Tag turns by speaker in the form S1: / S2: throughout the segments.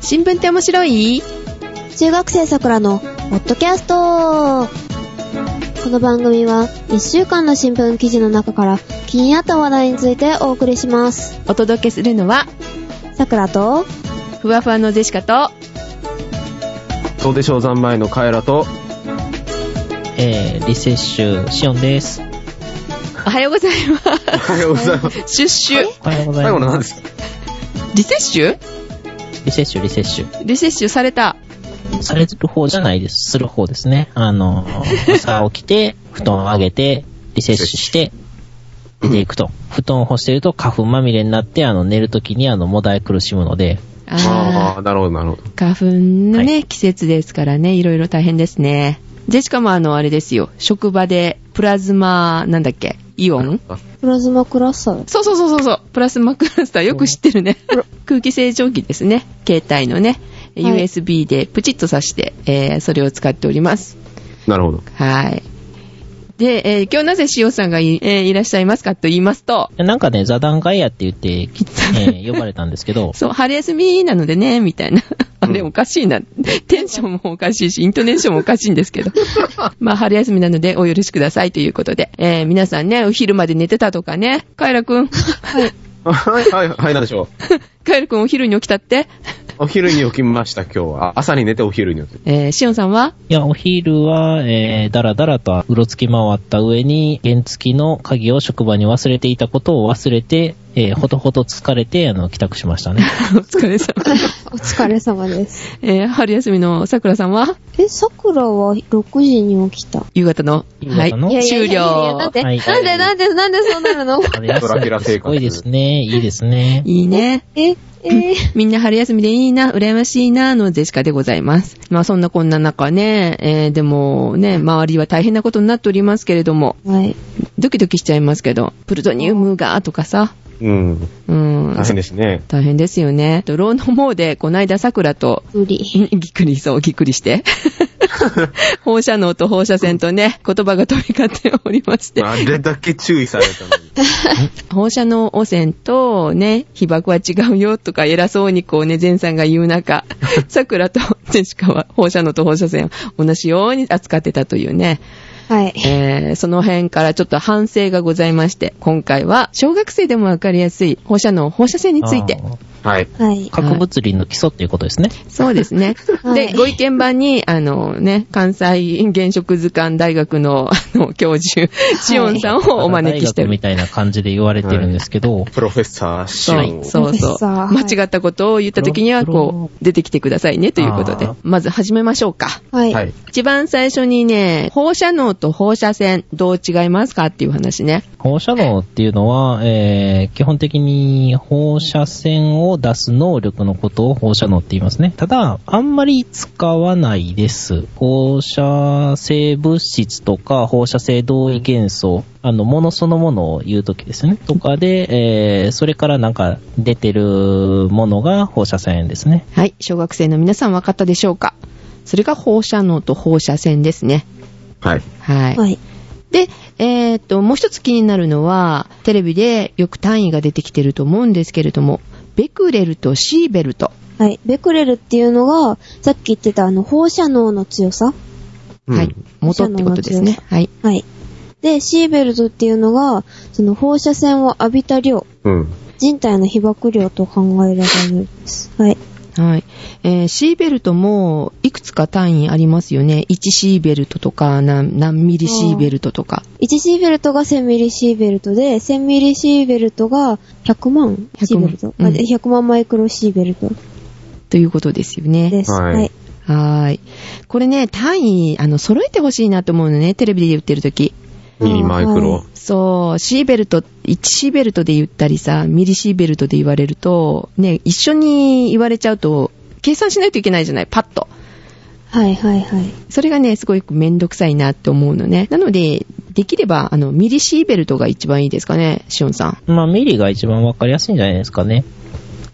S1: 新聞って面白い
S2: 中学生さくらのポッドキャストこの番組は1週間の新聞記事の中から気になった話題についてお送りします
S1: お届けするのは、
S2: さくらと
S1: ふわふわのジェシカと、
S3: 遠出商山前のカエラと、
S4: えー、リセッシュ、シオンです。
S1: おはようございま
S3: おはようございます。
S1: す。シュッシュ。
S4: おはようござい
S3: 最後の
S4: ま
S3: 何ですか
S1: リセッシュ
S4: す。リセッシュ、リセッシュ。
S1: リセッシュされた。
S4: される方じゃないです。する方ですね。あ の、朝起きて、布団を上げて、リセッシュして、出ていくと。布団を干してると花粉まみれになって、あの、寝るときにあの、もだえ苦しむので、
S3: あ
S1: あ
S3: あ、なるほど、なるほど。
S1: ー、花粉のね、季節ですからね、いろいろ大変ですね。ジェシカもあの、あれですよ、職場でプラズマ、なんだっけ、イオン
S2: プラズマクラスター
S1: そうそうそうそうそう、プラスマクラスターよく知ってるね。空気清浄機ですね。携帯のね、
S2: はい
S1: USB でプチッと挿して、えーそれを使っております。
S3: なるほど。
S1: はい。で、えー今日なぜ塩さんがい,、えーいらっしゃいますかと言いますと、
S4: なんかね、座談会やって言って、きえ ー呼ばれたんですけど、
S1: そう、春休みなのでね、みたいな。あれ
S3: うん
S1: おかしいな。テンションもおかしいし、イントネーションもおかしいんですけど。まあ、春休みなのでお許しくださいということで。えー皆さんね、お昼まで寝てたとかね。カエラくん。
S3: はい、はい、はい、なんでしょう。
S1: カエラくんお昼に起きたって。
S3: お昼に起きました、今日は。あ朝に寝てお昼に起き
S1: えーシオンさんはい
S4: や、お昼は、えー、だらだらとうろつき回った上に、原付きの鍵を職場に忘れていたことを忘れて、えー、ほとほと疲れて、あの、帰宅しましたね。
S1: お疲れ様。
S2: お疲れ様です
S1: えー春休みの桜さんは
S2: えさくらは6時に起きた
S1: 夕方の。
S4: 夕方の
S1: はい。終
S2: な
S1: 了
S2: ん。で、
S4: はい
S2: なんで、なんで、なんでそうなるの
S4: 春休
S3: ド
S4: み
S3: ラキュラ生活
S4: すごいですね。いいですね。
S1: いいね。
S2: え、えー、
S1: みんな春休みでいいな、羨ましいな、のジェシカでございます。まあそんなこんな中ね、えーでもね、周りは大変なことになっておりますけれども、
S2: はい。
S1: ドキドキしちゃいますけど、プルトニウムがとかさ、
S3: うん。
S1: うん。
S3: 大変ですね。
S1: 大変ですよね。とローの方で、こないだ桜と、
S2: 無理。
S1: ぎっくり、そう、ぎっくりして。 放射能と放射線とね、言葉が飛び交っておりまして。
S3: あれだけ注意されたのに。
S1: 放射能汚染とね、被爆は違うよとか偉そうにこうね、前さんが言う中、桜とジェシカは放射能と放射線を同じように扱ってたというね、
S2: はい。
S1: えー、その辺からちょっと反省がございまして、今回は小学生でもわかりやすい放射能、放射線について
S4: あ、ー。
S3: はい。
S2: はい。
S4: 核物理の基礎っていうことですね。
S1: そうですね。
S2: はい
S1: で、ご意見番に、あのね、関西原色図鑑大学のあの教授、シオンさんをお招きしてお
S4: 大学
S1: り
S4: みたいな感じで言われてるんですけど、
S3: プロフェッサーシ
S1: そ
S3: オ
S1: う
S3: ン。
S1: そう
S2: プ
S1: そ
S2: ロフェ
S1: う
S2: ッ。サー
S1: 間違ったことを言った時には、
S4: プロプ
S1: こ
S4: ロ
S1: う、出てきてくださいね、ということで
S4: あー。
S1: まず始めましょうか。
S2: はい。
S3: はい。
S1: 一番最初にね、放射能と放射線、どう違いますかっていう話ね。
S4: 放射能っていうのは、えー、基本的に放射線を出す能力のことを放射能って言いますね。ただ、あんまり使わないです。放射性物質とか放射性同位元素、あの、ものそのものを言うときですね。とかで、えー、それからなんか出てるものが放射線ですね。
S1: はい。小学生の皆さん分かったでしょうかそれが放射能と放射線ですね。
S3: はい。
S1: はい。
S2: はい。
S1: で、えーっと、もう一つ気になるのは、テレビでよく単位が出てきてると思うんですけれども、ベクレルとシーベルト。
S2: はい。ベクレルっていうのが、さっき言ってたあの、放射能の強さ
S3: うん
S1: はい。元ってことですね。はい。
S2: はい。で、シーベルトっていうのが、その放射線を浴びた量、
S3: うん。
S2: 人体の被爆量と考えられるんです。はい。
S1: はい。えーシーベルトも、いくつか単位ありますよね。1シーベルトとか、何何ミリシーベルトとか。
S2: 1シーベルトが1000ミリシーベルトで、1000ミリシーベルトが100万
S1: 100
S2: シーベルト。
S1: うん
S2: あで100万マイクロシーベルト
S1: ということですよね。
S2: です。
S3: はい
S2: はい。
S1: はーい。これね、単位、あの、揃えてほしいなと思うのね。テレビで言ってるとき。
S3: ミリマイク
S2: は
S3: ロ。
S1: そう、シーベルト、1シーベルトで言ったりさ、ミリシーベルトで言われると、ね、一緒に言われちゃうと、計算しないといけないじゃない、パッと。
S2: はいはいはい。
S1: それがね、すごくめんどくさいなって思うのね。なので、できれば、あの、ミリシーベルトが一番いいですかね、シオンさん。
S4: まあ、ミリが一番わかりやすいんじゃないですかね。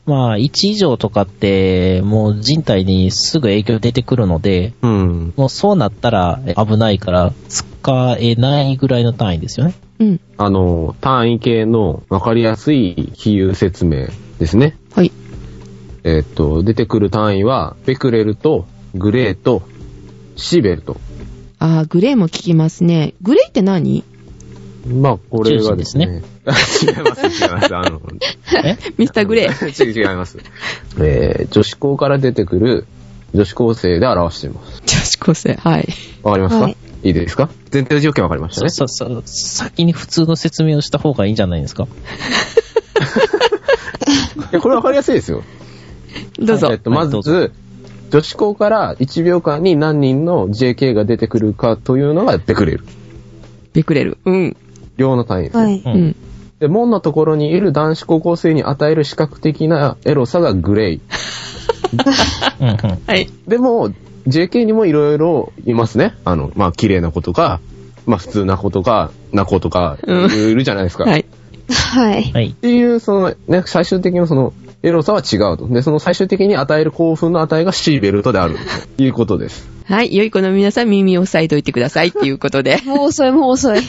S4: まあ、1以上とかって、もう人体にすぐ影響出てくるので、
S3: うん。
S4: もうそうなったらえ危ないから、使えないぐらいの単位ですよね。
S1: うん。
S3: あの、単位系の分かりやすい比喩説明ですね。
S1: はい。
S3: えっと、出てくる単位は、ベクレルと、グレーと、シーベルト。
S1: あー、グレーも聞きますね。グレーって何
S3: まあ、これがですね。違います、違います。あ の、
S4: え
S1: ミスターグレー。
S3: ー違います。えー、女子校から出てくる女子高生で表しています。
S1: 女子高生。はい。
S3: わかりますか、
S2: はい
S3: い、いですか前提条件わかりました
S4: そ
S3: ね。
S4: そそ先に普通の説明をした方がいいんじゃないですか
S3: いやこれわかりやすいですよ。
S1: どうぞ
S3: えっ。と、
S4: は
S3: ま
S4: いどう
S3: ず、女子校から1秒間に何人の JK が出てくるかというのが出てくれる。
S1: ベクレル。うん。
S3: 量の単位ですね。
S2: はい。
S4: う
S1: うんん。
S3: で、門のところにいる男子高校生に与える視覚的なエロさがグレイ。
S4: うんうん。
S1: はい。
S3: でも、JK にもいろいろいますね。あの、まあ、綺麗な子とか、まあ、普通な子とか、な子とか、い
S1: うん
S3: るじゃないですか。
S1: は
S3: っ
S1: い。
S2: はい。
S4: はい。
S3: ていう、その、ね、最終的にその、エロさは違うと。で、その最終的に与える興奮の値がシーベルトであるということです。
S1: はい。良い子の皆さん、耳を押さえておいてください。っていうことで。
S2: もう遅い、もう遅い。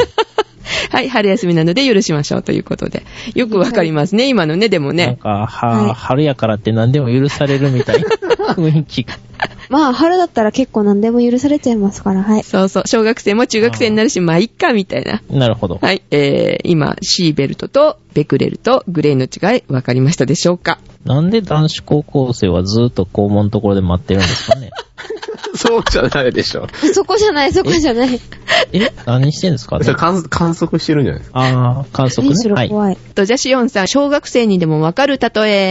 S1: はい。春休みなので許しましょう。ということで。よくわかりますね。今のね、でも
S4: なん
S1: ね。
S4: か、
S2: はい
S4: は、春やからって何でも許されるみたいな雰囲気。
S2: まあ、春だったら結構何でも許されちゃいますから、はい。
S1: そうそう。小学生も中学生になるし、まあ、いっか、みたいな。
S4: なるほど。
S1: はい。えー、今、シーベルトとベクレルとグレーの違い、わかりましたでしょうか
S4: なんで男子高校生はずーっと校門のところで待ってるんですかね
S3: そうじゃないでしょ。
S2: そこじゃない、そこじゃない。
S4: え何してんですかね
S3: それ観観測してるんじゃないですか。
S4: あー、観測
S2: 何しろ
S4: ね。はい。
S2: 怖い。
S1: と、じゃあシオンさん、小学生にでもわかる例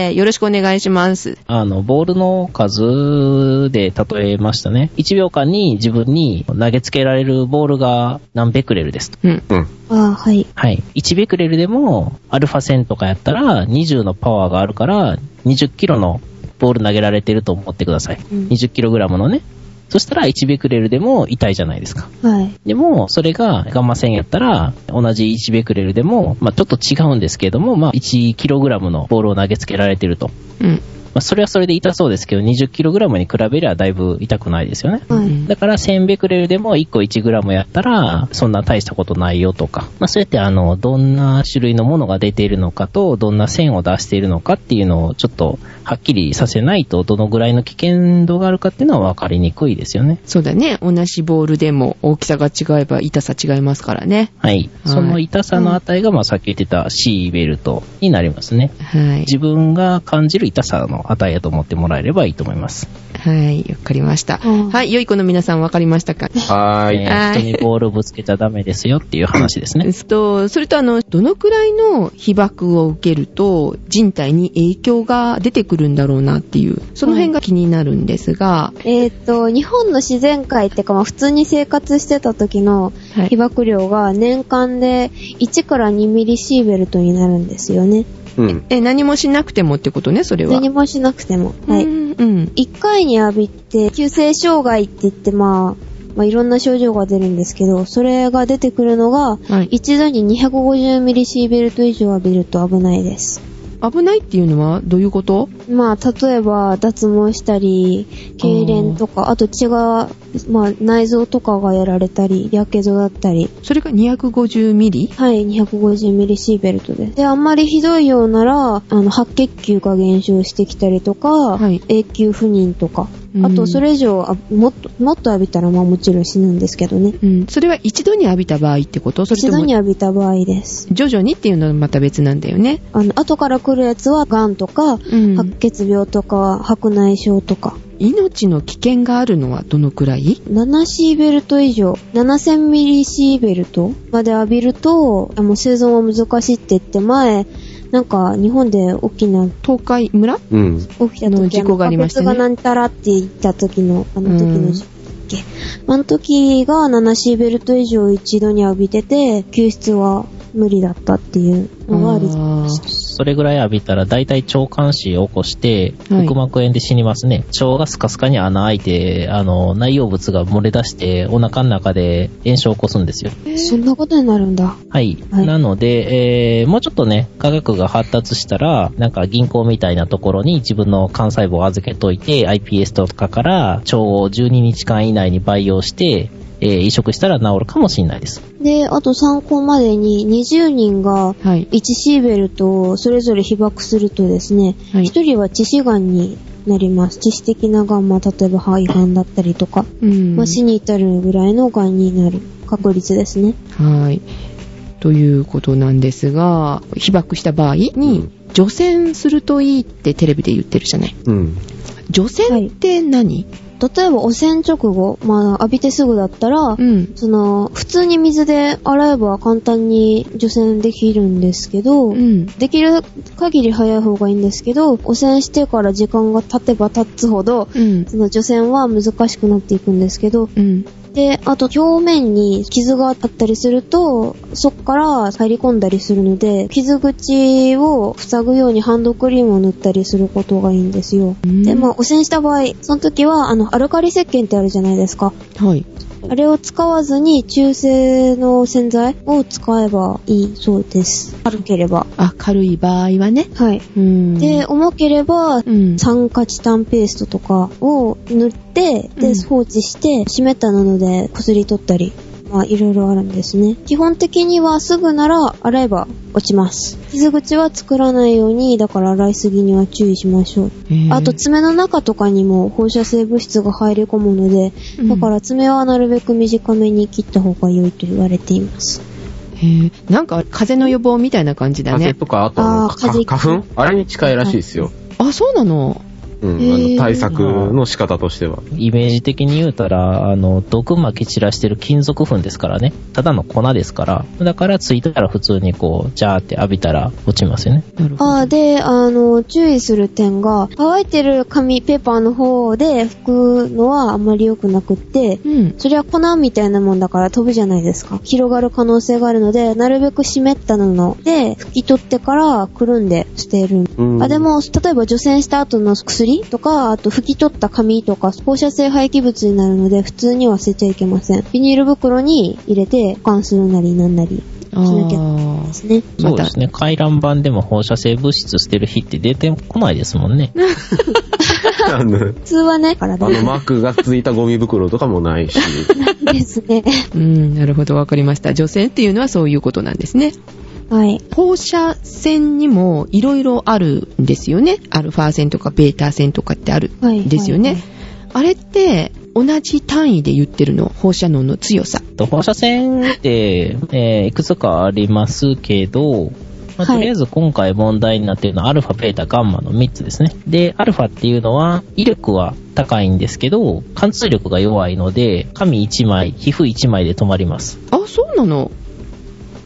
S1: え、よろしくお願いします。
S4: あの、ボールの数で例えましたね。1秒間に自分に投げつけられるボールが何ベクレルですと。
S1: うん。
S3: うん。
S2: ああ、はい。
S4: はい。1ベクレルでも、アルファ線とかやったら、20のパワーがあるから、20キロのボール投げられてると思ってください。
S2: うん
S4: 20キログラムのね。そしたら1ベクレルでも痛いじゃないですか。
S2: はい。
S4: でも、それがガンマ線やったら、同じ1ベクレルでも、まあちょっと違うんですけれども、まあ1キログラムのボールを投げつけられてると。
S1: うん。
S4: まあ、それはそれで痛そうですけど、20kg に比べりゃだいぶ痛くないですよね。
S2: はい。
S4: だから1000ベクレルでも1個 1g やったら、そんな大したことないよとか、まあ、そうやってあの、どんな種類のものが出ているのかと、どんな線を出しているのかっていうのをちょっとはっきりさせないと、どのぐらいの危険度があるかっていうのは分かりにくいですよね。
S1: そうだね。同じボールでも大きさが違えば痛さ違いますからね。
S4: はい。その痛さの値が、まあ、さっき言ってた C ベルトになりますね。
S1: はい。
S4: 自分が感じる痛さの値やと思ってもらえればいいと思います。
S1: はい。わかりました。
S2: うん
S1: はい。良い子の皆さんわかりましたか
S3: はーい。
S4: えー人にボールをぶつけちゃダメですよっていう話です
S1: え
S4: ね。
S1: っと、それとあの、どのくらいの被爆を受けると人体に影響が出てくるんだろうなっていう、その辺が気になるんですが、
S2: えーっと、日本の自然界ってか、まあ普通に生活してた時の
S1: はい
S2: 被爆量が年間で1から2ミリシーベルトになるんですよね。
S3: うん。
S1: え、何もしなくてもってことね、それは。
S2: 何もしなくても。は
S1: う
S2: い。
S1: ん、うん。
S2: 1回に浴びて、急性障害って言って、まあ、まあいろんな症状が出るんですけど、それが出てくるのが、
S1: はい。
S2: 一度に250ミリシーベルト以上浴びると危ないです。
S1: 危ないっていうのはどういうこと
S2: まあ、例えば、脱毛したり、痙攣とか、あと血が、まあ、内臓とかがやられたり、やけどだったり。
S1: それが250ミリ
S2: はい、250ミリシーベルトです。で、あんまりひどいようなら、あの、白血球が減少してきたりとか、
S1: はい
S2: 永久不妊とか
S1: う、ん
S2: あと、それ以上、あもっと、もっと浴びたら、まあ、もちろん死ぬんですけどね。
S1: うん。それは一度に浴びた場合ってことそれ
S2: 一
S1: と
S2: 度
S1: も
S2: に浴びた場合です。
S1: 徐々にっていうのはまた別なんだよね。
S2: あの、後から来るやつは、癌とか、
S1: うん
S2: 白血病とか、白内障とか、
S1: 命の危険があるのはどのくらい
S2: 7シーベルト以上、7000ミリシーベルトまで浴びると、あもう生存は難しいって言って前、なんか日本で大きな、
S1: 東海村
S3: うん。
S2: 起きた時
S1: の事故がありましたね
S2: のがなんたらって言った時の、あの時
S1: う
S2: の
S1: ん
S2: 事故っけ。あの時が7シーベルト以上一度に浴びてて、救出は無理だったっていうのがあり
S1: あー
S4: それぐらい浴びたら大体腸管死を起こして、
S1: はい
S4: 腹膜炎で死にますね。腸がスカスカに穴開いて、あの、内容物が漏れ出して、お腹の中で炎症を起こすんですよ。
S2: そんなことになるんだ。
S4: はい。
S2: はい
S4: なので、えー、もうちょっとね、科学が発達したら、なんか銀行みたいなところに自分の幹細胞を預けといて、iPS とかから腸を12日間以内に培養して、ええー移植したら治るかもしれないです。
S2: で、あと参考までに20人が
S1: はい。
S2: 1シーベルトそれぞれ被爆するとですね、
S1: はい
S2: 1人は致死癌になります。致死的な癌、まあ、例えば肺癌だったりとか、
S1: うん
S2: まあ、死に至るぐらいの癌になる確率ですね。
S1: はい。ということなんですが、被爆した場合に、除染するといいってテレビで言ってるじゃない。
S3: うん。
S1: 除染って何、
S2: 例えば汚染直後、まあ、浴びてすぐだったら、
S1: うん。
S2: その、普通に水で洗えば簡単に除染できるんですけど、
S1: うん。
S2: できる限り早い方がいいんですけど、汚染してから時間が経てば経つほど、
S1: うん。
S2: その除染は難しくなっていくんですけど、
S1: うん。
S2: で、あと表面に傷があったりすると、そこから入り込んだりするので、傷口を塞ぐようにハンドクリームを塗ったりすることがいいんですよ。で、まあ、汚染した場合、その時は、あの、アルカリ石鹸ってあるじゃないですか。
S1: はい。
S2: あれを使わずに中性の洗剤を使えばいいそうです。軽ければ。
S1: あ、軽い場合はね。
S2: はい。
S1: うん。
S2: で、、重ければ、
S1: うん。
S2: 酸化チタンペーストとかを塗って、
S1: う
S2: で
S1: ん、
S2: 放置して、湿った布でこすり取ったり、まあ、いろいろあるんですね。基本的にはすぐなら洗えば落ちます。傷口は作らないように、だから洗いすぎには注意しましょう。
S1: えー
S2: あと、爪の中とかにも放射性物質が入り込むので、
S1: うん
S2: だから爪はなるべく短めに切った方が良いと言われています。
S1: えーなんか、風邪の予防みたいな感じだ
S3: 風邪
S1: ね。
S3: とか、あとあの
S2: あー風
S3: か、
S2: 邪
S3: 花粉あれに近いらしいですよ。
S1: あ、そうなの
S3: うん。
S2: へー
S3: あの、対策の仕方とし ては。
S4: イメージ的に言うたら、あの、毒まき散らしてる金属粉ですからね。ただの粉ですから。だからついたら普通にこう、ジャーって浴びたら落ちますよね。
S1: なるほど。
S2: あーで、あの、注意する点が、乾いてる紙、ペーパーの方で拭くのはあんまり良くなくって、
S1: うん。
S2: そりゃ粉みたいなもんだから飛ぶじゃないですか。広がる可能性があるので、なるべく湿った布で拭き取ってからくるんで捨てる。
S3: うん
S2: あでも、例えば除染した後の薬とか、あと拭き取った紙とか、放射性廃棄物になるので、普通には捨てちゃいけません。ビニール袋に入れて保管するなりなんなり
S1: あ
S2: なきゃ
S1: ー
S2: ですね。
S1: また
S4: そうですね。回覧板でも放射性物質捨てる日って出てこないですもんね。
S3: あの、
S2: 普通はね、から
S3: あの
S2: ね。
S3: マークがついたゴミ袋とかもないし。
S2: ですね。
S1: うん、なるほど、わかりました。除染っていうのはそういうことなんですね。
S2: はい。
S1: 放射線にもいろいろあるんですよね。アルファ線とかベータ線とかってある
S2: はい
S1: んですよね。
S2: はい
S1: あれって同じ単位で言ってるの、放射能の強さ。
S4: と放射線って、えーいくつかありますけど、まあ
S2: はい
S4: とりあえず今回問題になっているのはアルファ、ベータ、ガンマの3つですね。で、アルファっていうのは威力は高いんですけど、貫通力が弱いので、紙1枚、皮膚1枚で止まります。
S1: あ、そうなの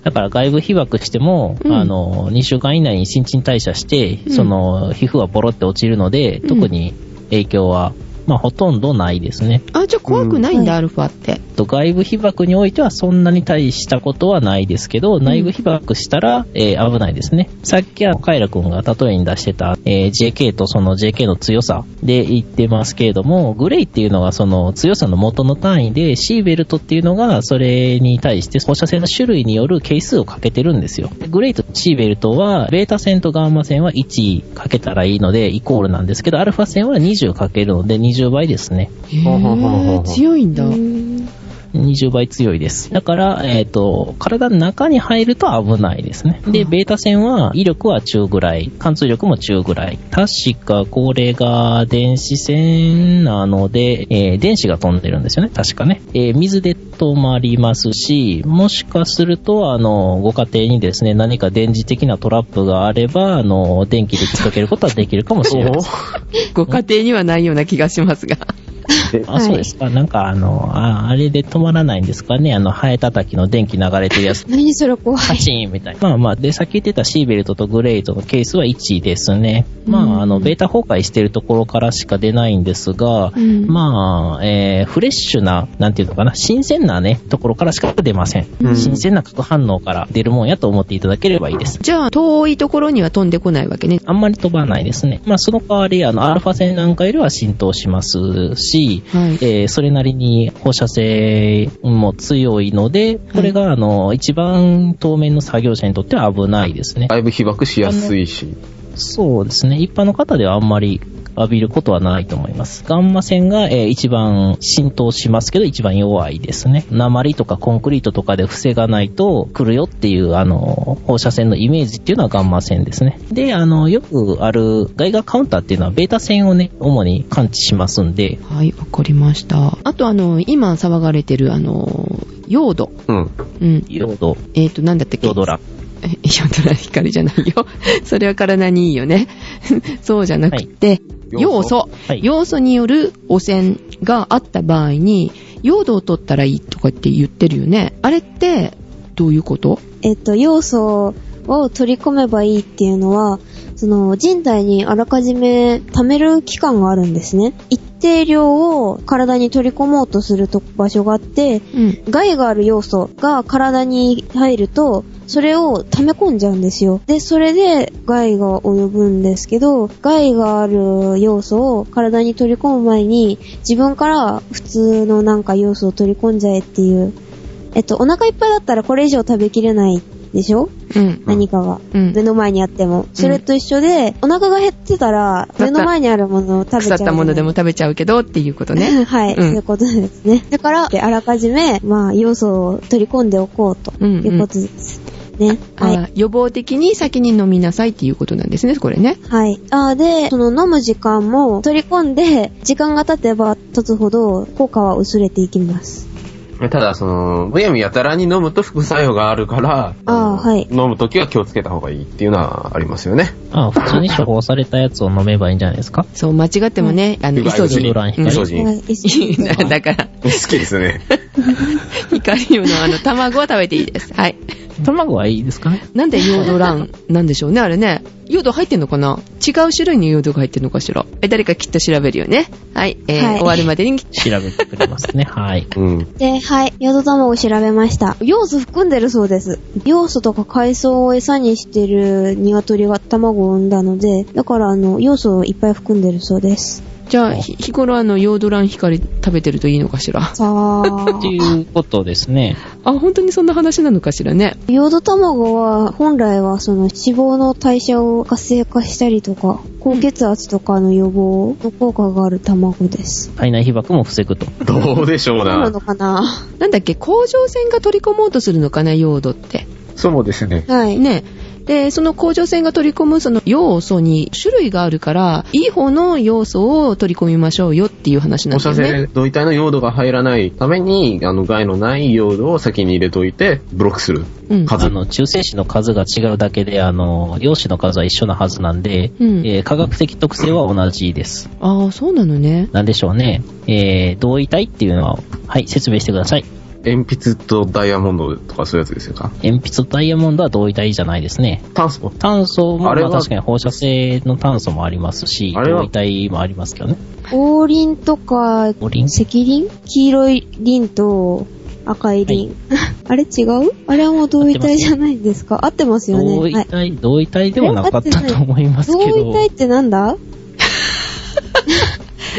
S4: だから外部被爆しても、
S1: うん
S4: あの、2週間以内に新陳代謝して、
S1: うん
S4: その、皮膚はボロって落ちるので、
S1: うん
S4: 特に影響は、まあほとんどないですね。
S1: あ、じゃあ怖くないんだ、
S2: うん
S1: アルファって。
S4: えっと外部被爆においてはそんなに大したことはないですけど、内部被爆したら、えー危ないですね。さっきはカイラ君が例えに出してた、えー JK とその JK の強さで言ってますけれども、グレイっていうのがその強さの元の単位で、シーベルトっていうのがそれに対して放射線の種類による係数をかけてるんですよ。グレイとシーベルトは、ベータ線とガンマ線は1かけたらいいので、イコールなんですけど、アルファ線は20かけるので20倍ですね。
S1: へ
S3: ほうほうほうほ
S1: ー
S3: う
S1: 強いんだ。
S2: う
S1: うん
S4: 20倍強いです。だから、えっ、と、体の中に入ると危ないですね。で、ベータ線は威力は中ぐらい、貫通力も中ぐらい。確かこれが電子線なので、えー電子が飛んでるんですよね。確かね。えー水で止まりますし、もしかすると、あの、ご家庭にですね、何か電磁的なトラップがあれば、あの、電気で突っかけることはできるかもしれないです。
S1: ご家庭にはないような気がしますが。
S4: あ、そうですか。なんかあの、あ、あれで止まらないんですかね。あの、ハエ叩きの電気流れてるやつ。
S2: 何それ怖い。
S4: カチンみたいな。まあまあ、で、さっき言ってたシーベルトとグレイトのケースは1ですね。まあ、あの、ベータ崩壊してるところからしか出ないんですが、
S2: うん
S4: まあ、えー、フレッシュな、なんていうのかな、新鮮なね、ところからしか出ません。
S3: うん
S4: 新鮮な核反応から出るもんやと思っていただければいいです。
S1: じゃあ、遠いところには飛んでこないわけね。
S4: あんまり飛ばないですね。まあ、その代わり、あの、アルファ線なんかよりは浸透しますし、
S1: はい
S4: えーそれなりに放射性も強いので、これが、あの、一番当面の作業者にとっては危ないですね。
S3: だいぶ被爆しやすいし。
S4: そうですね。一般の方ではあんまり浴びることはないと思います。ガンマ線が、えー一番浸透しますけど、一番弱いですね。鉛とかコンクリートとかで防がないと来るよっていう、あの、放射線のイメージっていうのはガンマ線ですね。で、あの、よくあるガイガーカウンターっていうのはベータ線をね、主に感知しますんで、
S1: はい、わかりました。あと、あの、今騒がれてる、あの、ヨード。
S3: うん。
S1: うん。
S4: ヨード、
S1: えっ、と、なんだったっけ
S4: ヨードラ。
S1: え ヨードラ光じゃないよ。 それは体にいいよね。 そうじゃなくて、
S3: はい
S1: 要素、
S4: はい
S1: 要素による汚染があった場合に、ヨードを取ったらいいとかって言ってるよね。あれって、どういうこと
S2: えっと、要素を取り込めばいいっていうのは、その人体にあらかじめ溜める期間があるんですね。一定量を体に取り込もうとすると場所があって、
S1: うん。
S2: 害がある要素が体に入ると、それを溜め込んじゃうんですよ。で、それで害が及ぶんですけど、害がある要素を体に取り込む前に、自分から普通のなんか要素を取り込んじゃえっていう。えっと、お腹いっぱいだったらこれ以上食べきれないでしょ
S1: うん。
S2: 何かが。
S1: うん
S2: 目。の前にあっても。それと一緒で、お腹が減ってたら、
S1: た
S2: 目の前にあるものを食べち
S1: 腐
S2: ゃう。
S1: ったものでも食べちゃうけどっていうことね。
S2: はい、
S1: うん
S2: そういうことですね。だから、であらかじめ、まあ、要素を取り込んでおこうと
S1: うんうん
S2: いうことです。ね。はい。
S1: あ予防的に先に飲みなさいっていうことなんですね、これね。
S2: はい。あーで、その飲む時間も取り込んで、時間が経てば経つほど効果は薄れていきます。
S3: ただ、その、むやみやたらに飲むと副作用があるから、
S2: あーはい
S3: 飲むときは気をつけた方がいいっていうのはありますよね。
S4: あ、普通に処方されたやつを飲めばいいんじゃないですか。
S1: そう、間違ってもね、あの、
S3: うが
S1: イソジ
S4: イソ
S1: ン
S4: ド。ラン
S3: イ
S4: 光
S3: ソ
S2: は
S3: ジ
S2: い
S3: ン。
S2: 一緒に
S1: だから、
S3: 好きです ね。
S1: ヒカリウのあの、卵は食べていいです。はい。
S4: 卵はいいですかね。
S1: なんでヨードランなんでしょうね、あれね。ヨード入ってんのかな違う種類にヨードが入ってんのかしら。え、誰かきっと調べるよね。はい。えー
S2: はい
S1: 終わるまでに。
S4: 調べてくれますね。はい。
S3: うん。
S2: で、はい。ヨド卵を調べました。要素含んでるそうです。要素とか海藻を餌にしてる鶏が卵を産んだので、だからあの、要素をいっぱい含んでるそうです。
S1: じゃあ、ひ日頃あの、ヨードラン光食べてるといいのかしら。
S2: さあ
S4: って。いうことですね。
S1: あ、本当にそんな話なのかしらね。
S2: ヨード卵は本来はその脂肪の代謝を活性化したりとか高血圧とかの予防の効果がある卵です。
S4: 体内被曝も防ぐと。
S3: どうでしょう
S2: そうな
S3: な
S2: の。かな
S1: なんだっけ、甲状腺が取り込もうとするのかな、ヨードって。
S3: そうですね。
S2: はい。
S1: ね。で、その甲状腺が取り込むその要素に種類があるから、いい方の要素を取り込みましょうよっていう話なん
S3: 放
S1: です
S3: 射
S1: よね。
S3: 線同体の用度が入らないために、あの、害のない用度を先に入れといて、ブロックする
S1: うん。
S3: 数。
S4: あの、中性子の数が違うだけで、あの、陽子の数は一緒なはずなんで、
S1: うん
S4: えー科学的特性は同じです。
S1: ああ、そうなのね。
S4: なんでしょうね。えー、同位体っていうのは、はい、説明してください。
S3: 鉛筆とダイヤモンドとかそういうやつですよか。
S4: 鉛筆とダイヤモンドは同位体じゃないですね。
S3: 炭素。
S4: 炭素も、
S3: あれ
S4: ま
S3: は
S4: あ確かに放射性の炭素もありますし、
S3: あれは
S4: 同位体もありますけどね。
S2: 王林とか赤
S4: 王林
S2: 林黄色い林と赤い林。あれ違うあれはもう同位体じゃないんです か合ってますよね。
S4: 同位
S2: はい
S4: 体、同位体でもなかったと思いますけど。
S2: 同位体ってなんだ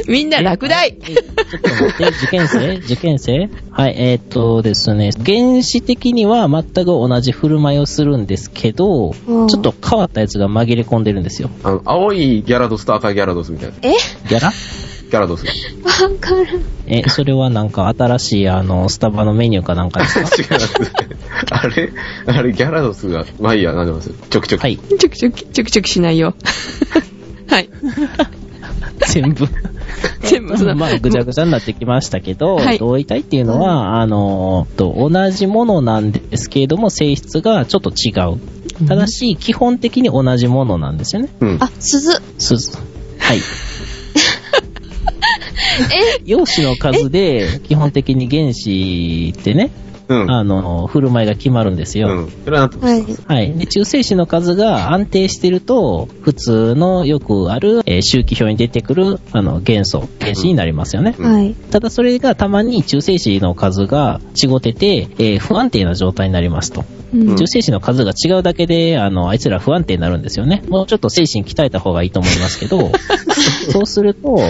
S1: みんな落第
S4: えちょっと待って、受験生受験生はい、えーっとですね、原始的には全く同じ振る舞いをするんですけど、ち
S2: うん
S4: ょっと変わったやつが紛れ込んでるんですよ。
S3: あの、青いギャラドスと赤いギャラドスみたいな。ギ
S2: え
S4: ギャラ
S3: ャラド ス。違
S2: わからん。
S4: え、それはなんか新しいあの、スタバのメニューかなんかです
S3: い
S4: か
S3: ます。あれあれ、ギャラドスが、まあいいや、なんでます。ちょきちょき。
S4: はい、
S1: ちょきちょき、ちょきちょきしないよ。はい。
S4: 全部。
S1: 全部その、
S4: まあ、ぐちゃぐちゃになってきましたけど、
S1: はい
S4: 同位体っていうのは、あの、と同じものなんですけれども、性質がちょっと違う。ただし、基本的に同じものなんですよね。
S3: うん。
S2: あ、鈴。
S4: 鈴。はい。陽子の数で、基本的に原子ってね、
S3: うん。
S4: あの、振る舞いが決まるんです
S3: う
S4: よ。
S3: ん。それはなんと、
S2: はい。
S4: はい。で、中性子の数が安定してると、普通のよくある、えー周期表に出てくる、あの、元素、原子になりますよね。
S3: うん
S2: はい。
S4: ただそれがたまに中性子の数が違ってて、えー不安定な状態になりますと。
S1: うん
S4: 中精神の数が違うだけで、あの、あいつら不安定になるんですよね。もうちょっと精神鍛えた方がいいと思います けど、そうすると、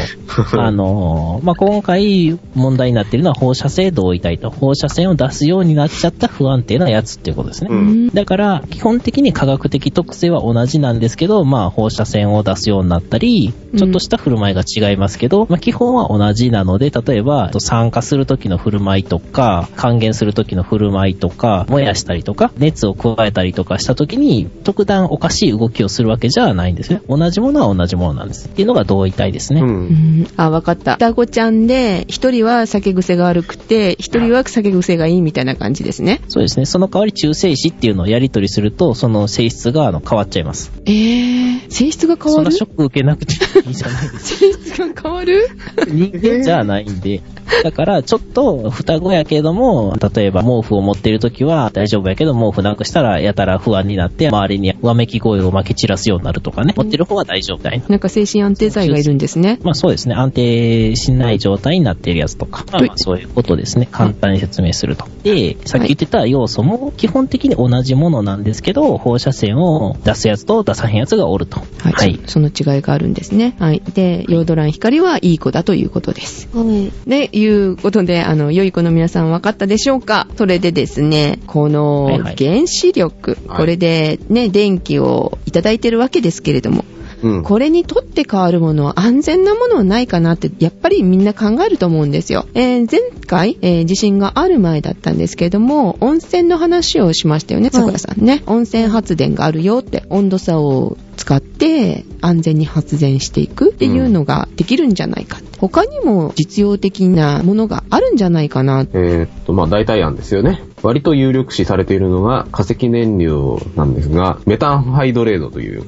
S4: あの、まあ、今回問題になっているのは放射性同位体と放射線を出すようになっちゃった不安定なやつっていうことですね。
S3: うん
S4: だから、基本的に科学的特性は同じなんですけど、まあ、放射線を出すようになったり、ちょっとした振る舞いが違いますけど、まあ、基本は同じなので、例えば、酸化する時の振る舞いとか、還元する時の振る舞いとか、燃やしたりとか、熱を加えたりとかした時に、特段おかしい動きをするわけじゃないんですね。同じものは同じものなんです。っていうのが同位体ですね。
S3: うん
S1: うんあ、わかった。双子ちゃんで、一人は酒癖が悪くて、一人は酒癖がいいみたいな感じですね。
S4: そうですね。その代わり中性子っていうのをやり取りすると、その性質があの変わっちゃいます。
S1: えー、性質が変
S4: そ
S1: わ
S4: んな
S1: る
S4: ショック受けなくていいじゃないですか
S1: 性質が変わる
S4: 人間じゃないんで。だから、ちょっと双子やけども、例えば毛布を持ってるときは大丈夫やけど、毛布なくしたらやたら不安になって、周りにわめき声をまき散らすようになるとかね。持ってる方は大丈夫みたいな。
S1: なんか精神安定剤がいるんですね。
S4: まあそうですね。安定しない状態になっているやつとか。まあまあそういうことですね。簡単に説明すると。で、さっき言ってた要素も基本的に同じものなんですけど、放射線を出すやつと出さへんやつがおると。
S1: はい、その違いがあるんですね。はい。で、ヨードラン光はいい子だということです。
S2: はい。
S1: で、いうことで、あの、良い子の皆さん分かったでしょうかそれでですね、こ
S4: は
S1: の
S4: いはい
S1: 原子力、
S3: はい
S1: これでね、電気をいただいてるわけですけれども、
S3: うん。
S1: これにとって変わるものは安全なものはないかなって、やっぱりみんな考えると思うんですよ。えー前回、えー地震がある前だったんですけれども、温泉の話をしましたよね、
S2: はい
S1: 桜さんね。温泉発電があるよって、温度差を使って安全に発電していくっていうのができるんじゃないかって。他にも実用的なものがあるんじゃないかな。
S3: えーっと、まあ、代替案ですよね。割と有力視されているのが化石燃料なんですが、メタンハイドレードという、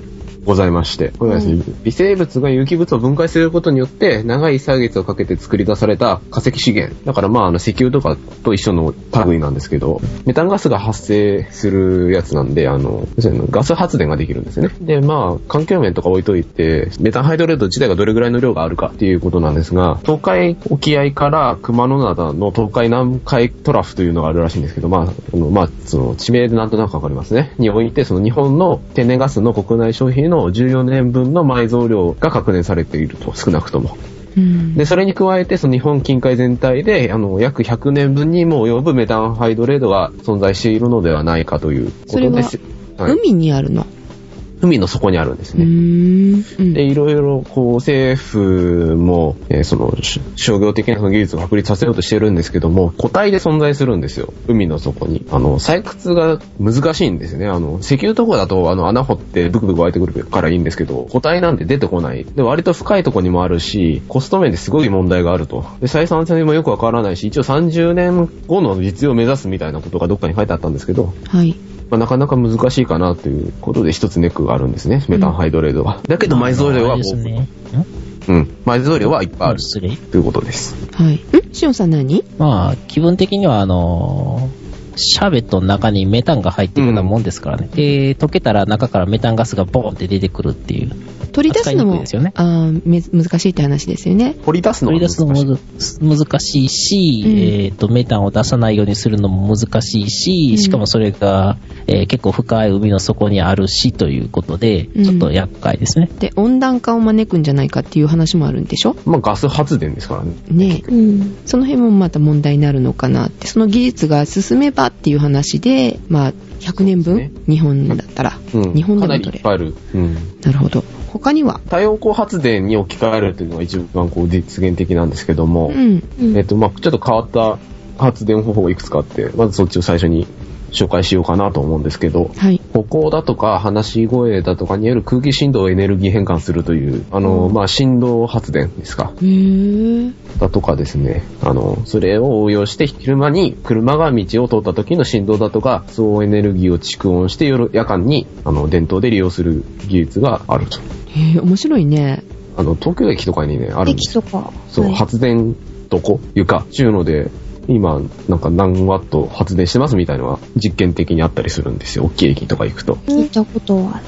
S3: ございまして。これはですね、微生物が有機物を分解することによって、長い歳月をかけて作り出された化石資源。だからまあ、あの、石油とかと一緒の類なんですけど、メタンガスが発生するやつなんで、あの、要するにガス発電ができるんですよね。で、まあ、環境面とか置いといて、メタンハイドレード自体がどれぐらいの量があるかっていうことなんですが、東海沖合から熊野灘の東海南海トラフというのがあるらしいんですけど、まあ、あのまあ、その地名でなんとなくわかりますね。において、その日本の天然ガスの国内消費の14年分の埋蔵量が確認されていると、少なくとも。
S1: うん
S3: で、それに加えて、その日本近海全体で、あの、約100年分にも及ぶメタンハイドレードが存在しているのではないかというこ
S1: それ
S3: と
S1: は
S3: です。はい
S1: 海にあるの。
S3: 海の底にあるんです
S1: うー
S3: ね。
S1: ん。うん
S3: で、いろいろ、こう、政府も、えーその、し商業的なその技術を確立させようとしてるんですけども、個体で存在するんですよ。海の底に。あの、採掘が難しいんですね。あの、石油とかだと、あの、穴掘ってブクブク湧いてくるからいいんですけど、個体なんて出てこない。で、割と深いとこにもあるし、コスト面ですごい問題があると。で、採算性もよくわからないし、一応30年後の実用を目指すみたいなことがどっかに書いてあったんですけど、
S1: はい。
S3: まあ、なかなか難しいかなということで一つネックがあるんですね。メタンハイドレードは。だけど埋蔵量
S4: あ
S3: はも
S4: れです
S3: う、
S4: ね。ん
S3: うん。埋蔵量はいっぱいある
S4: 失礼。
S3: ということです。
S1: はい。んしおんさん何
S4: まあ、気分的には、あのーシャーベットの中にメタンが入ってるようなもんですからね。で、溶けたら中からメタンガスがボーンって出てくるっていう。
S1: 取り出すの
S4: 扱いにくい
S1: も、
S4: ですよね
S1: あーめ難しいって話ですよね。
S3: 掘り出すの
S4: 取
S3: は
S4: り出
S3: 難
S4: すのも
S3: しい。
S4: むず難しいし、
S1: うん
S4: えっと、メタンを出さないようにするのも難しいし、しかもそれが、えー結構深い海の底にあるしということで、
S1: うん
S4: ちょっと厄介ですね。
S1: で、温暖化を招くんじゃないかっていう話もあるんでしょ
S3: まあガス発電ですからね。
S1: ねえ。
S2: うん。
S1: その辺もまた問題になるのかなって、その技術が進めばっていう話で、まあ、100年分、
S3: そうです
S1: 日本だったら、
S3: うん。
S1: 日本で
S3: かな
S1: も
S3: り
S1: 取
S3: い
S1: れ
S3: っぱいある。うん。
S1: なるほど。他には、
S3: 太陽光発電に置き換えるというのが一番こう実現的なんですけども、
S1: うん。
S2: うん
S3: えっと、まあちょっと変わった発電方法がいくつかあって、まずそっちを最初に紹介しようかなと思うんですけど、
S1: はい。
S3: 歩行だとか話し声だとかによる空気振動をエネルギー変換するという、あの、まあ振動発電ですか。
S1: へぇ
S3: だとかですね、あの、それを応用して昼間に車が道を通った時の振動だとか、総エネルギーを蓄音して夜、夜間に、あの、電灯で利用する技術があると。
S1: へぇ面白いね。
S3: あの、東京駅とかにね、あるんで
S2: 駅
S3: すよ。
S2: とか。
S3: そう、
S2: はい
S3: 発電床、床、ちゅうので、今、なんか何ワット発電してますみたいのが実験的にあったりするんですよ。大きい駅とか行くと。
S2: 聞いたことはある。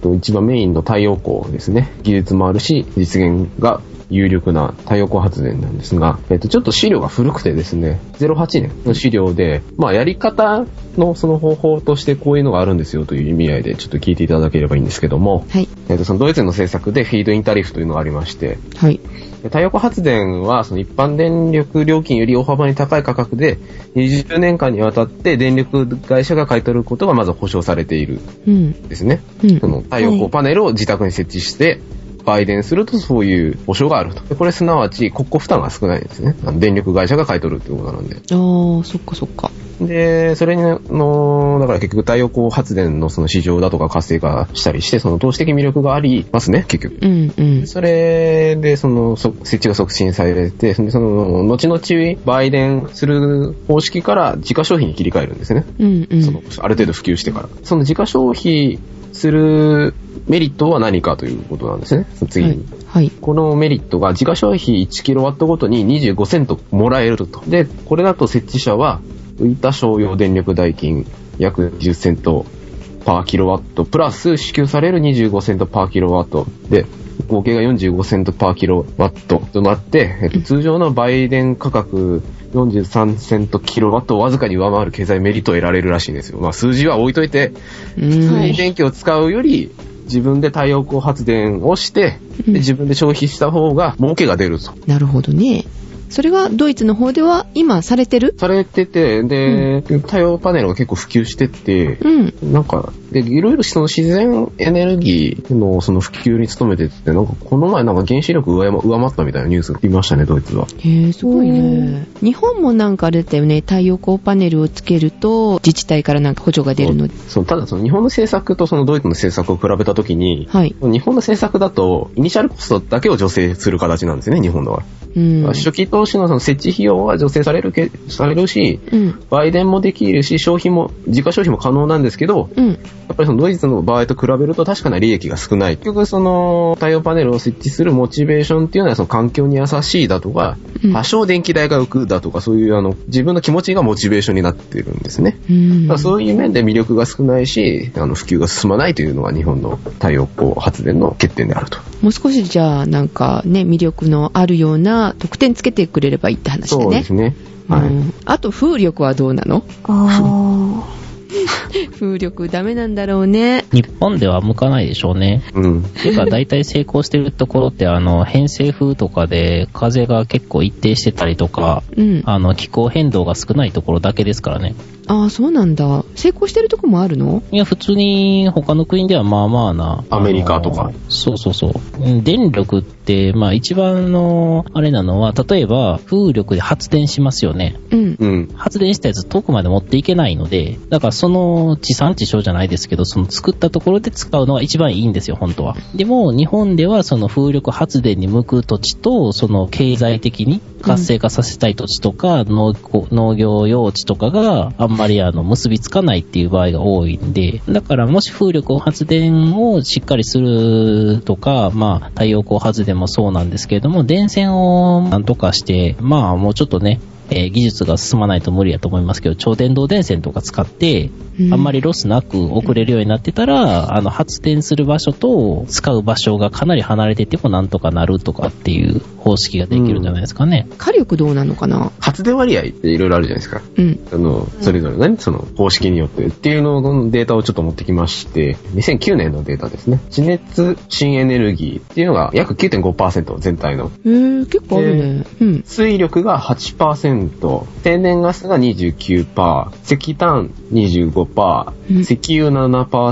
S3: と一番メインの太陽光ですね。技術もあるし、実現が有力な太陽光発電なんですが、えっと、ちょっと資料が古くてですね、08年の資料で、まあ、やり方のその方法としてこういうのがあるんですよという意味合いで、ちょっと聞いていただければいいんですけども、
S1: はい。
S3: えっと、そのドイツの政策でフィードインタリフというのがありまして、
S1: はい。
S3: で太陽光発電はその一般電力料金より大幅に高い価格で20年間にわたって電力会社が買い取ることがまず保証されている
S1: うん。
S3: んですね。
S1: うん
S3: そ。の太陽光パネルを自宅に設置して売電するとそういう保証があると。でこれすなわち国庫負担が少ないんですね。あの電力会社が買い取るってことなんで。
S1: ああ、そっかそっか。
S3: で、それにの、だから結局太陽光発電のその市場だとか活性化したりして、その投資的魅力がありますね、結局。
S1: うんうん。
S3: それで、その、そ設置が促進されて、でその、後々、売電する方式から自家消費に切り替えるんですね。
S1: うんう
S3: その
S1: ん。、
S3: ある程度普及してから。その自家消費するメリットは何かということなんですね。その次に。
S1: はい。
S3: このメリットが自家消費 1kW ごとに25セントもらえると。で、これだと設置者は浮いた商用電力代金約10セントパーキロワットプラス支給される25セントパーキロワットで、合計が45セントパーキロワットとなって、えっと、通常の売電価格43セントキロワットをわずかに上回る経済メリットを得られるらしいんですよ。まあ数字は置いといて、
S1: うん。
S3: 普通に電気を使うより、自分で太陽光発電をして、
S1: う
S3: で
S1: ん
S3: 自分で消費した方が儲けが出ると。
S1: なるほどね。それはドイツの方では今されてる
S3: されてて、で、太陽パネルが結構普及してって、
S1: うん。
S3: なんか、で、いろいろその自然エネルギーのその普及に努めてって、なんかこの前なんか原子力上回上回ったみたいなニュースが見ましたね、ドイツは。
S1: へえ、すごいね。日本もなんかあれだよね、太陽光パネルをつけると、自治体からなんか補助が出るので。
S3: そうただその日本の政策とそのドイツの政策を比べたときに、
S1: はい。
S3: 日本の政策だと、イニシャルコストだけを助成する形なんですね、日本のは。
S1: うん。
S3: 初期投資のその設置費用は助成されるけ、されるし、
S1: うん。
S3: 売電もできるし、消費も、自家消費も可能なんですけど、
S1: うん。
S3: やっぱりそのドイツの場合と比べると確かな利益が少ない。結局その太陽パネルを設置するモチベーションっていうのはその環境に優しいだとか、
S1: うん
S3: 多少電気代が浮くだとか、そういうあの、自分の気持ちがモチベーションになってるんですね。
S1: うん
S3: だからそういう面で魅力が少ないし、あの、普及が進まないというのが日本の太陽光発電の欠点であると。
S1: もう少しじゃあ、なんかね、魅力のあるような特典つけてくれればいいって話だね。
S3: そうですね。はい。
S1: うんあと、風力はどうなの
S2: あ
S1: 風力ダメなんだろうね。
S4: 日本では向かないでしょうね。
S3: うん。
S4: ていうか、大体成功してるところって、あの、偏西風とかで風が結構一定してたりとか、
S1: うん。あ
S4: あの、気候変動が少ないところだけですからね。
S1: あ、そうなんだ。成功してるとこもあるの
S4: いや、普通に他の国ではまあまあな。
S3: アメリカとか
S4: あの。そうそうそううん。電力って、まあ一番の、あれなのは、例えば風力で発電しますよね。
S1: うん。
S3: うん。
S4: 発電したやつ遠くまで持っていけないので、だからその地産地消じゃないですけど、その作ったところで使うのが一番いいんですよ、本当は。でも、日本ではその風力発電に向く土地と、その経済的に活性化させたい土地とか、農耕農業用地とかがあんまりあの結びつかないっていう場合が多いんで、だからもし風力を発電をしっかりするとか、まあ太陽光発電もそうなんですけれども、電線をなんとかして、まあもうちょっとね、えー技術が進まないと無理やと思いますけど、超電導電線とか使って、
S1: うん
S4: あんまりロスなく送れるようになってたら、あの、発電する場所と使う場所がかなり離れててもなんとかなるとかっていう方式ができるんじゃないですかね。
S1: 火力どうなのかな
S3: 発電割合っていろいろあるじゃないですか。
S1: うん。
S3: あの、それぞれ何その方式によってっていうののデータをちょっと持ってきまして、2009年のデータですね。地熱新エネルギーっていうのが約9.5%全体の。
S1: えー、結構あるね。うん。
S3: 水力が8%、天然ガスが29%、石炭25%、
S1: うん
S3: 石油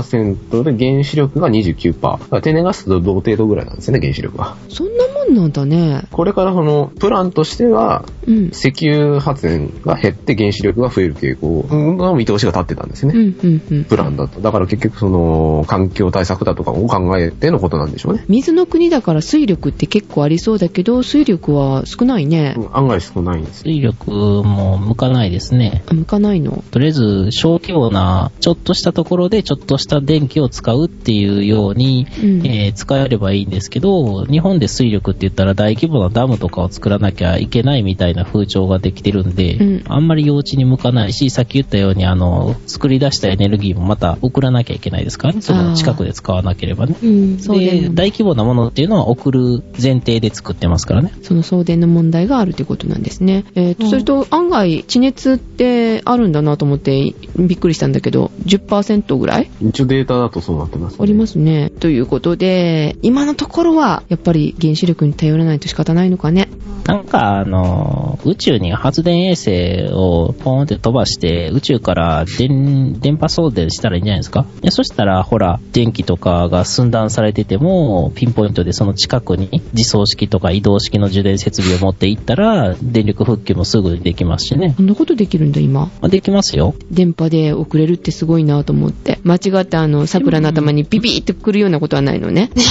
S3: 7%で原子力が29%。だから天然ガスと同程度ぐらいなんですよね、原子力は。
S1: そんなもんなんだね。
S3: これからこのプランとしては、
S1: うん。
S3: 石油発電が減って原子力が増える傾向の見通しが立ってたんですね
S1: うん、う。ん、うん。
S3: プランだと。だから結局その、環境対策だとかを考えてのことなんでしょうね。
S1: 水の国だから水力って結構ありそうだけど、水力は少ないね
S3: う。ん案外少ないんですよ。
S4: 水力も向かないですね。
S1: あ向かないの。
S4: とりあえず、小規模な、ちょっとしたところで、ちょっとした電気を使うっていうように、
S1: うん
S4: えー使えればいいんですけど、日本で水力って言ったら大規模なダムとかを作らなきゃいけないみたいいな風潮ができてるんで、
S1: うん
S4: あんまり用地に向かないし、さっき言ったように、あの、作り出したエネルギーもまた送らなきゃいけないですからね。その近くで使わなければね。
S2: うん。
S1: 送電
S4: で、大規模なものっていうのは送る前提で作ってますからね。
S1: その送電の問題があるということなんですね。えーと
S2: うん
S1: それと案外地熱ってあるんだなと思ってびっくりしたんだけど10%ぐらい
S3: 一応データだとそうなってます、。
S1: ありますすね。ということで今のところはやっぱり原子力に頼らないと仕方ないのかね。
S4: なんか、あの、宇宙に発電衛星をポーンって飛ばして、宇宙から電、電波送電したらいいんじゃないですかでそしたら、ほら、電気とかが寸断されてても、ピンポイントでその近くに自走式とか移動式の充電設備を持っていったら、電力復旧もすぐにできますしね。
S1: こんなことできるんだ今。
S4: まあできますよ。
S1: 電波で送れるってすごいなと思って。間違ってあの桜の頭にビビーってくるようなことはないのね。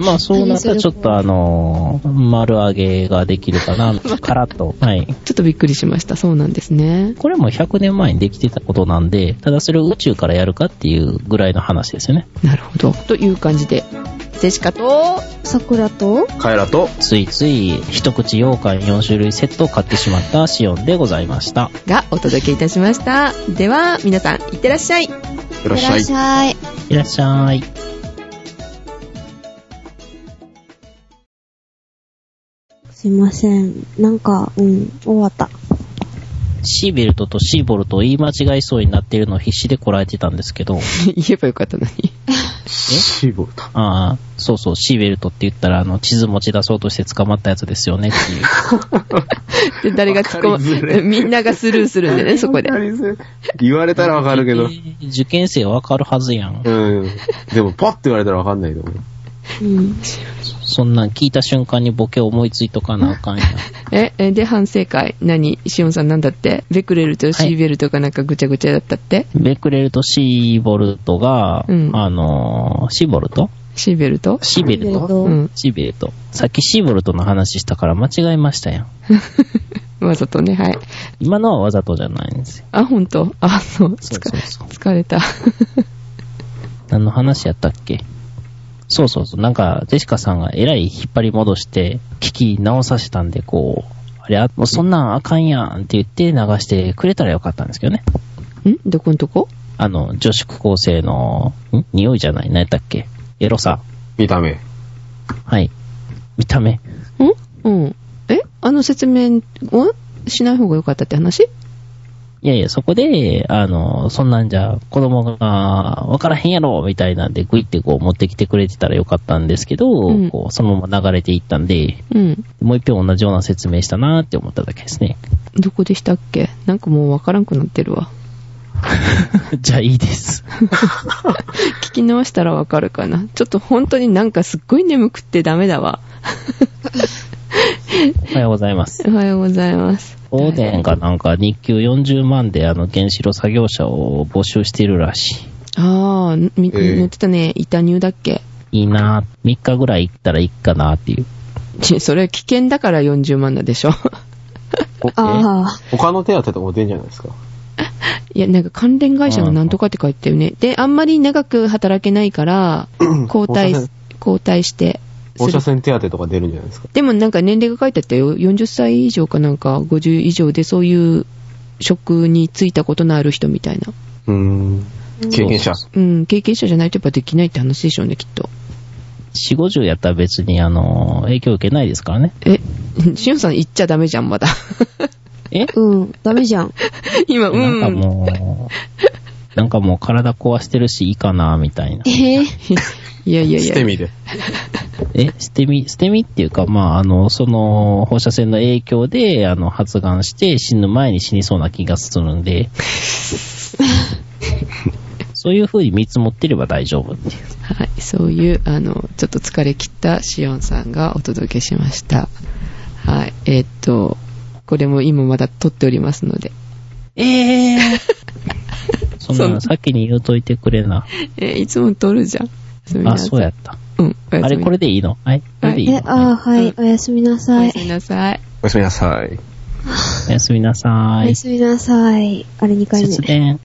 S4: まあそうなったらちょっとあの、丸上げができるかな、カラッと。はい。
S1: ちょっとびっくりしました。そうなんですね。
S4: これも100年前にできてたことなんで、ただそれを宇宙からやるかっていうぐらいの話ですよね。
S1: なるほど。という感じで。セシカと、
S2: 桜と
S3: カエラと、
S4: ついつい一口羊羹4種類セットを買ってしまったシオンでございました。
S1: がお届けいたしました。では、皆さん、いってらっしゃ い。
S3: いらっしゃい。
S2: ゃい。
S4: いらっしゃい。
S2: すいません。なんか、うん、終わった。
S4: シーベルトとシーボルトを言い間違いそうになってるのを必死でこらえてたんですけど、
S1: 言えばよかったのに。
S3: シーボルト。
S4: ああ、そうそう、シーベルトって言ったら、あの、地図持ち出そうとして捕まったやつですよねって
S1: で、
S4: いう。
S1: 誰が突っ
S3: わかりづら
S1: 込む、
S3: い
S1: みんながスルーするんで ね、そこで。
S3: 言われたらわかるけど。
S4: 受験生わかるはずやん。
S3: うん。でも、パッて言われたらわかんないと思う。
S2: うん。
S4: そんなん聞いた瞬間にボケ思いついとかなあ かんやん。
S1: え、えで、反省会。何シオンさんなんだってベクレルとシーベルとかなんかぐちゃぐちゃだったって
S4: ベクレルとシーボルトが、
S1: うん
S4: あのー、シーボルト
S1: シーベルト
S4: シーベルト
S1: う。
S2: うん
S4: シーベルト。さっきシーボルトの話したから間違えましたやん。
S1: わざとね、はい。
S4: 今のはわざとじゃないんですよ。
S1: あ、ほんと。あ、そう。
S4: そう
S1: 疲
S4: そう
S1: れ
S4: そう。
S1: 疲れた。
S4: 何の話やったっけそうそうそう。なんか、ジェシカさんがえらい引っ張り戻して、聞き直させたんで、こう、あれ、あもうそんなんあかんやんって言って流してくれたらよかったんですけどね。
S1: んどこんとこ
S4: あの、女子高生の、ん匂いじゃない何やったっけエロさ。
S3: 見た目。
S4: はい。見た目。
S1: んうん。えあの説明をしない方がよかったって話
S4: いやいや、そこで、あの、そんなんじゃ、子供が、わからへんやろみたいなんで、グイってこう持ってきてくれてたらよかったんですけど、
S1: うん
S4: こうそのまま流れていったんで、
S1: うん。
S4: もう一遍同じような説明したなって思っただけですね。
S1: どこでしたっけなんかもうわからんくなってるわ。
S4: じゃあいいです。
S1: 聞き直したらわかるかな。ちょっと本当になんかすっごい眠くってダメだわ。
S4: おはようございます。
S1: おはようございます。
S4: オーデンがなんか日給40万であの原子炉作業者を募集してるらし
S1: ああ、み
S3: ええ
S1: 乗ってたね。板乳だっけ
S4: い。いいな3日ぐらい行ったらいいかなっていう。
S1: ちそれ危険だから40万なんでしょ。
S2: ああ。
S3: 他の手当てとかも出んじゃないですか。
S1: いや、なんか関連会社がなんとかって書いてるね。で、あんまり長く働けないから、交代
S3: 放射線、
S1: 交代して。
S3: 放射線手当てとか出るんじゃないですか。
S1: でもなんか年齢が書いてあったよ。40歳以上かなんか、50以上でそういう職に就いたことのある人みたいな。
S3: うーん。経験者。
S1: うん、経験者じゃないとやっぱできないって話でしょうね、きっと。
S4: 4、50やったら別にあの、影響受けないですからね。
S1: え、しおんさん言っちゃダメじゃん、まだ。
S4: え
S2: うん。ダメじゃん。
S1: 今、う
S4: なんか
S1: ん。
S4: もう、なんかもう体壊してるしいいかな、みたいな
S2: え。ー、
S1: いやいやい
S3: 捨
S1: や
S3: て。身で。
S4: え、捨て身、捨て身っていうか、まあ、あの、その、放射線の影響で、あの、発がんして死ぬ前に死にそうな気がするんで、そういう風に見積もってれば大丈夫っていう。
S1: はい、そういう、あの、ちょっと疲れ切ったシオンさんがお届けしました。はい、えーっと、これも今まだ撮っておりますので、
S4: ええそんな
S1: そん
S4: の先に言うといてくれな。
S1: えーいつも撮るじゃん。おやすみな
S4: あ、
S1: さい
S4: そうや。った。
S1: うん、おやすみ
S4: あれ、これでいいのはい。これでいい
S2: え
S4: の、
S2: ああ、
S4: は
S2: はい。おやすみな
S1: お
S2: さ
S1: や
S2: い
S1: す。みなさい。
S3: おやすみなさい。
S4: いおやすみなさ
S2: お
S4: い
S2: や。すみなさい。あれ2回目
S4: 節。電。